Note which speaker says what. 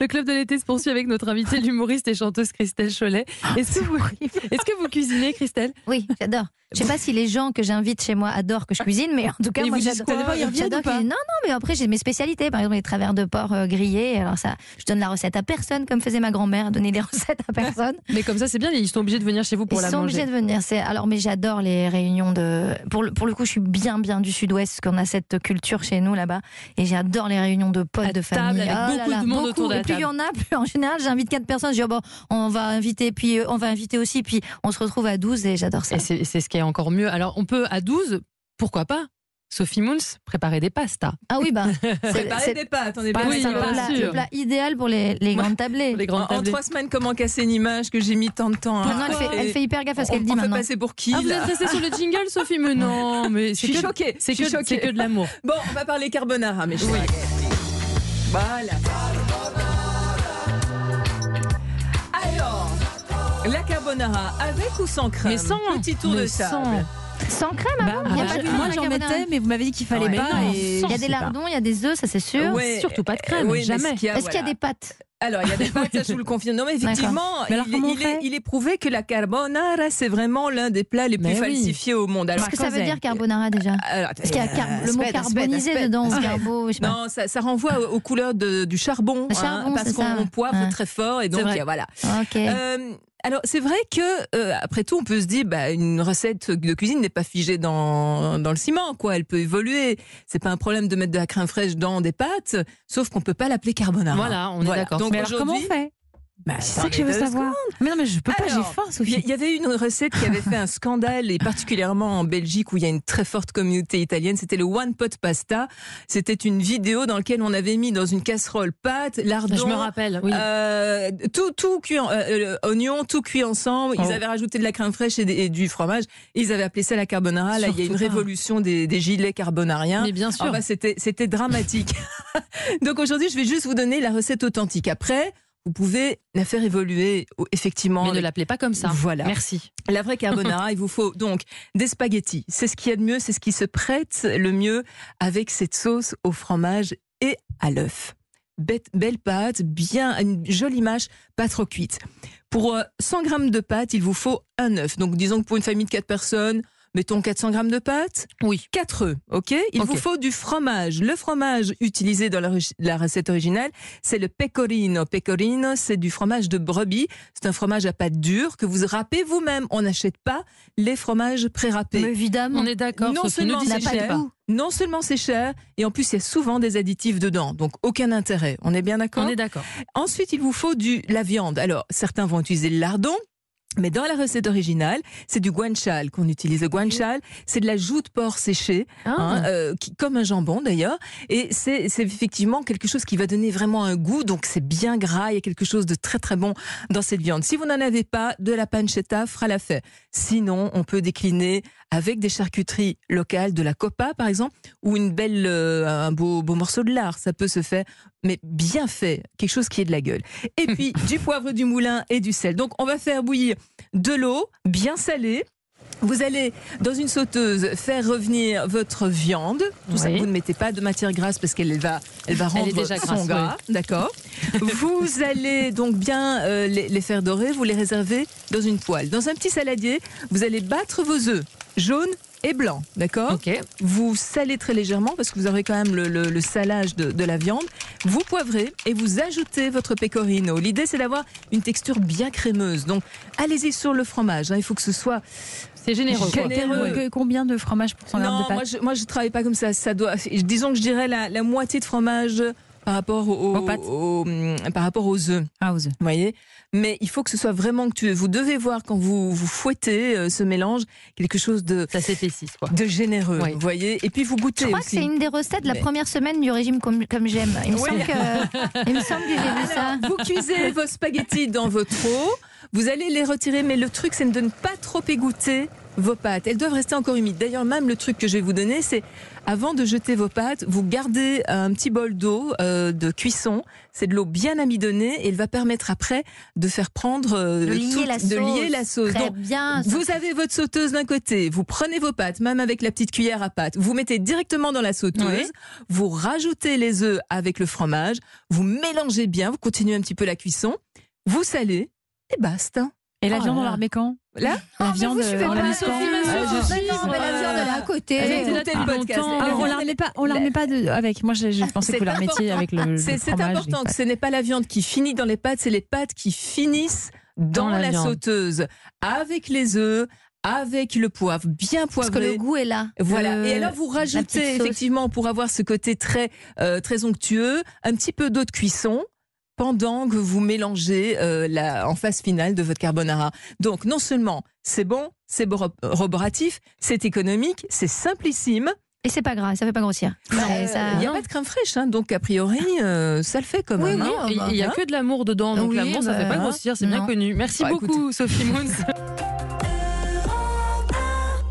Speaker 1: Le club de l'été se poursuit avec notre invitée, l'humoriste et chanteuse Christelle Cholet. Est-ce que, vous- est-ce que vous cuisinez, Christelle
Speaker 2: Oui, j'adore. Je sais pas si les gens que j'invite chez moi adorent que je cuisine, mais en tout cas,
Speaker 1: Ils
Speaker 2: moi
Speaker 1: vous disent
Speaker 2: j'adore.
Speaker 1: quoi Ça dépend, ils reviennent
Speaker 2: j'adore
Speaker 1: ou pas
Speaker 2: cuisiner. Non, non, mais après j'ai mes spécialités, par exemple les travers de porc euh, grillés. Alors ça, je donne la recette à personne, comme faisait ma grand-mère, donner des recettes à personne.
Speaker 1: Mais comme ça, c'est bien, ils sont obligés de venir chez vous pour
Speaker 2: Ils
Speaker 1: la
Speaker 2: sont
Speaker 1: manger.
Speaker 2: obligés de venir. C'est alors, mais j'adore les réunions de. Pour le, pour le coup, je suis bien, bien du Sud-Ouest, parce qu'on a cette culture chez nous là-bas, et j'adore les réunions de potes,
Speaker 1: À
Speaker 2: de
Speaker 1: table,
Speaker 2: famille.
Speaker 1: avec
Speaker 2: Ah là
Speaker 1: beaucoup
Speaker 2: là,
Speaker 1: de monde autour de la
Speaker 2: Et plus il y
Speaker 1: table.
Speaker 2: en a, plus en général, j'invite quatre personnes. Je dis oh, bon, on va inviter, puis euh, on va inviter aussi, puis on se retrouve à 12 et j'adore ça.
Speaker 1: Et c'est c'est ce qui est encore mieux. Alors, on peut, à 12, pourquoi pas Sophie Moons, préparer des pastas.
Speaker 2: Ah oui, bah, c'est
Speaker 3: Préparer
Speaker 2: c'est-
Speaker 3: des pâtes, on est
Speaker 1: Pas
Speaker 2: Ah,
Speaker 3: bien
Speaker 1: oui,
Speaker 2: c'est le,
Speaker 3: d'accord.
Speaker 1: bien
Speaker 2: plat,
Speaker 1: sûr.
Speaker 2: le plat idéal pour les, les grandes tablées.
Speaker 1: Les
Speaker 3: En,
Speaker 1: grandes Ah
Speaker 3: en
Speaker 1: tablées.
Speaker 3: trois semaines, comment casser une image que j'ai mis tant de temps à.
Speaker 2: Maintenant, elle fait, elle fait hyper gaffe à ce qu'elle dit
Speaker 3: on fait
Speaker 2: maintenant.
Speaker 3: passer pour qui
Speaker 1: Ah, vous
Speaker 3: là
Speaker 1: êtes resté sur le jingle, Sophie Mais non, mais
Speaker 3: Je
Speaker 1: c'est
Speaker 3: suis
Speaker 1: que,
Speaker 3: choquée.
Speaker 1: c'est
Speaker 3: je suis
Speaker 1: que,
Speaker 3: choquée.
Speaker 1: c'est que de l'amour.
Speaker 3: Bon, on va parler carbonara, mes chers. Voilà. Alors, la carbonara avec ou sans crème
Speaker 1: Mais sans,
Speaker 3: Petit tour
Speaker 1: mais
Speaker 3: de
Speaker 1: sans.
Speaker 3: table.
Speaker 2: Sans crème avant
Speaker 1: Bah,
Speaker 2: Il y a
Speaker 1: bah,
Speaker 2: pas
Speaker 1: je-
Speaker 2: de
Speaker 1: moi,
Speaker 2: crème à la
Speaker 4: j'en
Speaker 2: carbonara
Speaker 4: mettais, mais vous m'avez dit qu'il fallait
Speaker 1: Ouais.
Speaker 4: pas.
Speaker 1: Ah, Non,
Speaker 4: et-
Speaker 1: sans.
Speaker 2: Il y a des
Speaker 1: c'est pas. euh,
Speaker 2: lardons, il y a des œufs, ça c'est sûr.
Speaker 3: Ouais,
Speaker 1: Surtout pas de crème,
Speaker 3: oui, mais
Speaker 1: jamais.
Speaker 3: ce qu'il y a,
Speaker 2: Est-ce qu'il y a
Speaker 3: voilà.
Speaker 2: des pâtes
Speaker 3: Alors, il y a des pâtes, ça je vous le confirme. Non, mais effectivement,
Speaker 4: Mais alors,
Speaker 3: il,
Speaker 4: comment on
Speaker 3: il est,
Speaker 4: fait
Speaker 3: il est prouvé que la carbonara, c'est vraiment l'un des plats les plus
Speaker 1: Mais oui.
Speaker 3: falsifiés au monde. Alors,
Speaker 2: Qu'est-ce que ça veut
Speaker 1: Marcozelle.
Speaker 2: dire carbonara déjà
Speaker 3: alors, euh,
Speaker 2: Est-ce qu'il y a car- le mot
Speaker 3: aspect, aspect,
Speaker 2: carbonisé
Speaker 3: aspect.
Speaker 2: dedans ou carbo je sais pas.
Speaker 3: Non, ça, ça renvoie aux, aux couleurs de- du charbon, hein,
Speaker 2: Le charbon,
Speaker 3: parce
Speaker 2: c'est ça,
Speaker 3: qu'on
Speaker 2: ouais.
Speaker 3: poivre
Speaker 2: Ouais.
Speaker 3: très fort et donc
Speaker 1: vrai.
Speaker 3: euh, voilà.
Speaker 2: Ok.
Speaker 3: Euh, alors c'est vrai que euh, après tout, on peut se dire, bah, une recette de cuisine n'est pas figée dans, dans le ciment, quoi. Elle peut évoluer. C'est pas un problème de mettre de la crème fraîche dans des pâtes, sauf qu'on peut pas l'appeler carbonara.
Speaker 1: Voilà, on est d'accord.
Speaker 3: Donc
Speaker 4: Mais alors, comment on
Speaker 3: aujourd'hui,
Speaker 4: fait
Speaker 3: bah,
Speaker 4: C'est ça que je veux
Speaker 3: attendez deux
Speaker 4: savoir. Mais non, mais je peux pas, j'ai
Speaker 3: Alors,
Speaker 4: faim,
Speaker 3: il y a-
Speaker 4: Sophie.
Speaker 3: il y avait une recette qui avait fait un scandale, et particulièrement en Belgique où il y a une très forte communauté italienne. C'était le One Pot Pasta. C'était une vidéo dans laquelle on avait mis dans une casserole pâte,
Speaker 1: Je me
Speaker 3: lardons,
Speaker 1: rappelle, oui.
Speaker 3: euh, tout, tout cuit, en- euh, euh, oignon, tout cuit ensemble. Ils
Speaker 1: Oh.
Speaker 3: avaient rajouté de la crème fraîche et, des- et du fromage. Ils avaient appelé ça la carbonara. Là, il y a
Speaker 1: Surtout pas.
Speaker 3: une révolution des, des gilets carbonariens.
Speaker 1: mais bien
Speaker 3: Ah
Speaker 1: sûr.
Speaker 3: bah, c'était, c'était dramatique. Donc aujourd'hui, je vais juste vous donner la recette authentique. Après, vous pouvez la faire évoluer au- effectivement.
Speaker 1: mais ne l'appelez pas comme ça.
Speaker 3: Voilà.
Speaker 1: Merci.
Speaker 3: La vraie carbonara, il vous faut donc des spaghettis. C'est ce qu'il y a de mieux, c'est ce qui se prête le mieux avec cette sauce au fromage et à l'œuf. Bête- Belle pâte, bien une jolie mâche, pas trop cuite. Pour euh, 100 grammes de pâte, il vous faut un œuf. Donc disons que pour une famille de 4 personnes, mettons 400 grammes de pâte,
Speaker 1: Oui.
Speaker 3: 4 œufs, ok Il
Speaker 1: Ok.
Speaker 3: vous faut du fromage. Le fromage utilisé dans la, re- la recette originale, c'est le pecorino. Pecorino, c'est du fromage de brebis. C'est un fromage à pâte dure que vous râpez vous-même. On n'achète pas les fromages
Speaker 2: Mais
Speaker 3: pré-râpés.
Speaker 2: évidemment.
Speaker 1: On est d'accord.
Speaker 3: non
Speaker 1: Sophie, ne
Speaker 3: seulement
Speaker 1: dites
Speaker 3: c'est
Speaker 1: pas de
Speaker 3: cher,
Speaker 1: goût.
Speaker 3: Non seulement c'est cher, et en plus il y a souvent des additifs dedans, donc aucun intérêt. On est bien d'accord
Speaker 1: On est d'accord.
Speaker 3: Ensuite, il vous faut du la viande. Alors, certains vont utiliser le lardon. Mais dans la recette originale, c'est du guanciale qu'on utilise. Le guanciale, c'est de la joue de porc séchée,
Speaker 1: Ah.
Speaker 3: hein, euh, qui- comme un jambon d'ailleurs. Et c'est c'est effectivement quelque chose qui va donner vraiment un goût. Donc c'est bien gras, il y a quelque chose de très très bon dans cette viande. Si vous n'en avez pas, de la pancetta fera l'affaire. Sinon, on peut décliner avec des charcuteries locales, de la copa par exemple, ou une belle, euh, un beau, beau morceau de lard. Ça peut se faire, mais bien fait, quelque chose qui est de la gueule. Et puis du poivre du moulin et du sel. Donc on va faire bouillir de l'eau bien salée. Vous allez dans une sauteuse faire revenir votre viande. Tout ça,
Speaker 1: Oui.
Speaker 3: vous ne mettez pas de matière grasse parce qu'elle elle va, elle va
Speaker 1: Elle
Speaker 3: rendre
Speaker 1: est déjà
Speaker 3: son
Speaker 1: grasse,
Speaker 3: gras. D'accord. vous allez donc bien euh, les, les faire dorer. Vous les réservez dans une poêle. Dans un petit saladier, vous allez battre vos œufs jaunes et blancs. D'accord.
Speaker 1: Ok.
Speaker 3: Vous salez très légèrement parce que vous aurez quand même le, le- le salage de, de la viande. Vous poivrez et vous ajoutez votre pecorino. L'idée, c'est d'avoir une texture bien crémeuse. Donc, allez-y sur le fromage. hein. Il faut que ce soit.
Speaker 1: C'est généreux. quoi.
Speaker 3: Généreux.
Speaker 4: Quel- que- Combien de fromage pour 100 grammes
Speaker 3: non,
Speaker 4: de
Speaker 3: moi
Speaker 4: pâtes
Speaker 3: je, moi, je travaille pas comme ça. Ça doit. Disons que je dirais la, la moitié de fromage par rapport au-
Speaker 4: Aux pâtes.
Speaker 3: au- hum, par rapport aux œufs.
Speaker 4: Ah, aux œufs.
Speaker 3: Vous voyez Mais il faut que ce soit vraiment que tu. Vous devez voir quand vous vous fouettez euh, ce mélange quelque chose de
Speaker 1: Ça s'épaissit, quoi.
Speaker 3: de généreux.
Speaker 1: Oui.
Speaker 3: Vous voyez Et puis vous goûtez
Speaker 2: Je crois que
Speaker 3: aussi.
Speaker 2: c'est une des recettes de la
Speaker 3: Mais-
Speaker 2: première semaine du régime comme, comme j'aime. Il me
Speaker 3: Oui.
Speaker 2: semble que, il me semble que j'ai vu ça.
Speaker 3: Vous cuisez vos spaghettis dans votre eau, vous allez les retirer, mais le truc, c'est de ne pas trop égoutter vos pâtes. Elles doivent rester encore humides. D'ailleurs, même le truc que je vais vous donner, c'est avant de jeter vos pâtes, vous gardez un petit bol d'eau euh, de cuisson. C'est de l'eau bien amidonnée et elle va permettre après de faire prendre, euh,
Speaker 2: De lier
Speaker 3: toute-
Speaker 2: la
Speaker 3: de lier
Speaker 2: sauce.
Speaker 3: la sauce.
Speaker 2: Très
Speaker 3: Donc,
Speaker 2: bien. Ah, ça.
Speaker 3: vous avez votre sauteuse d'un côté, vous prenez vos pâtes, même avec la petite cuillère à pâte, vous mettez directement dans la sauteuse,
Speaker 4: Oui.
Speaker 3: vous rajoutez les œufs avec le fromage, vous mélangez bien, vous continuez un petit peu la cuisson, vous salez et basta.
Speaker 4: Et la
Speaker 1: Oh
Speaker 4: viande,
Speaker 1: là
Speaker 4: on la
Speaker 1: là.
Speaker 4: remet quand
Speaker 3: Là
Speaker 4: La
Speaker 2: Ah, mais
Speaker 4: viande,
Speaker 2: vous, je fais
Speaker 4: euh, on
Speaker 2: pas
Speaker 4: la
Speaker 2: la
Speaker 4: met
Speaker 1: Sophie,
Speaker 4: quand
Speaker 1: ma
Speaker 3: Ah,
Speaker 1: soeur.
Speaker 3: je suis
Speaker 2: D'accord, mais la
Speaker 3: voilà.
Speaker 2: viande, elle est à
Speaker 3: Elle
Speaker 2: côté.
Speaker 3: était là depuis
Speaker 4: Ah,
Speaker 3: podcast.
Speaker 4: longtemps.
Speaker 3: Elle
Speaker 4: Ah,
Speaker 3: est
Speaker 4: on la remet pas, on la remet pas de- avec. Moi, je, je pensais
Speaker 3: C'est
Speaker 4: que vous la remettiez
Speaker 3: important.
Speaker 4: avec le, le
Speaker 3: C'est c'est
Speaker 4: fromage, les
Speaker 3: important que
Speaker 4: pâtes.
Speaker 3: ce n'est pas la viande qui finit dans les pâtes, c'est les pâtes qui finissent dans,
Speaker 1: Dans la
Speaker 3: la,
Speaker 1: viande.
Speaker 3: sauteuse, avec les œufs, avec le poivre, bien
Speaker 2: Parce que le
Speaker 3: poivré.
Speaker 2: goût est là.
Speaker 3: Voilà.
Speaker 2: Le-
Speaker 3: Et alors vous
Speaker 2: Euh, la petite
Speaker 3: rajoutez
Speaker 2: sauce.
Speaker 3: effectivement pour avoir ce côté très euh, très onctueux, un petit peu d'eau de cuisson pendant que vous mélangez euh, la, en phase finale de votre carbonara. Donc non seulement c'est bon, c'est boro- roboratif, c'est économique, c'est simplissime.
Speaker 2: Et c'est pas gras, ça fait pas grossir.
Speaker 3: Euh,
Speaker 2: Ouais, ça-
Speaker 3: Il n'y a pas de crème fraîche, hein, donc a priori euh, ça le fait quand
Speaker 2: Oui,
Speaker 3: même.
Speaker 2: oui,
Speaker 3: hein.
Speaker 2: ah
Speaker 1: Il
Speaker 2: bah.
Speaker 1: n'y a que de l'amour dedans, donc
Speaker 2: Oui,
Speaker 1: l'amour, ça
Speaker 2: bah,
Speaker 1: fait pas grossir, c'est bien
Speaker 2: non.
Speaker 1: connu. Merci
Speaker 3: Bah, écoute.
Speaker 1: beaucoup, Sophie Moons.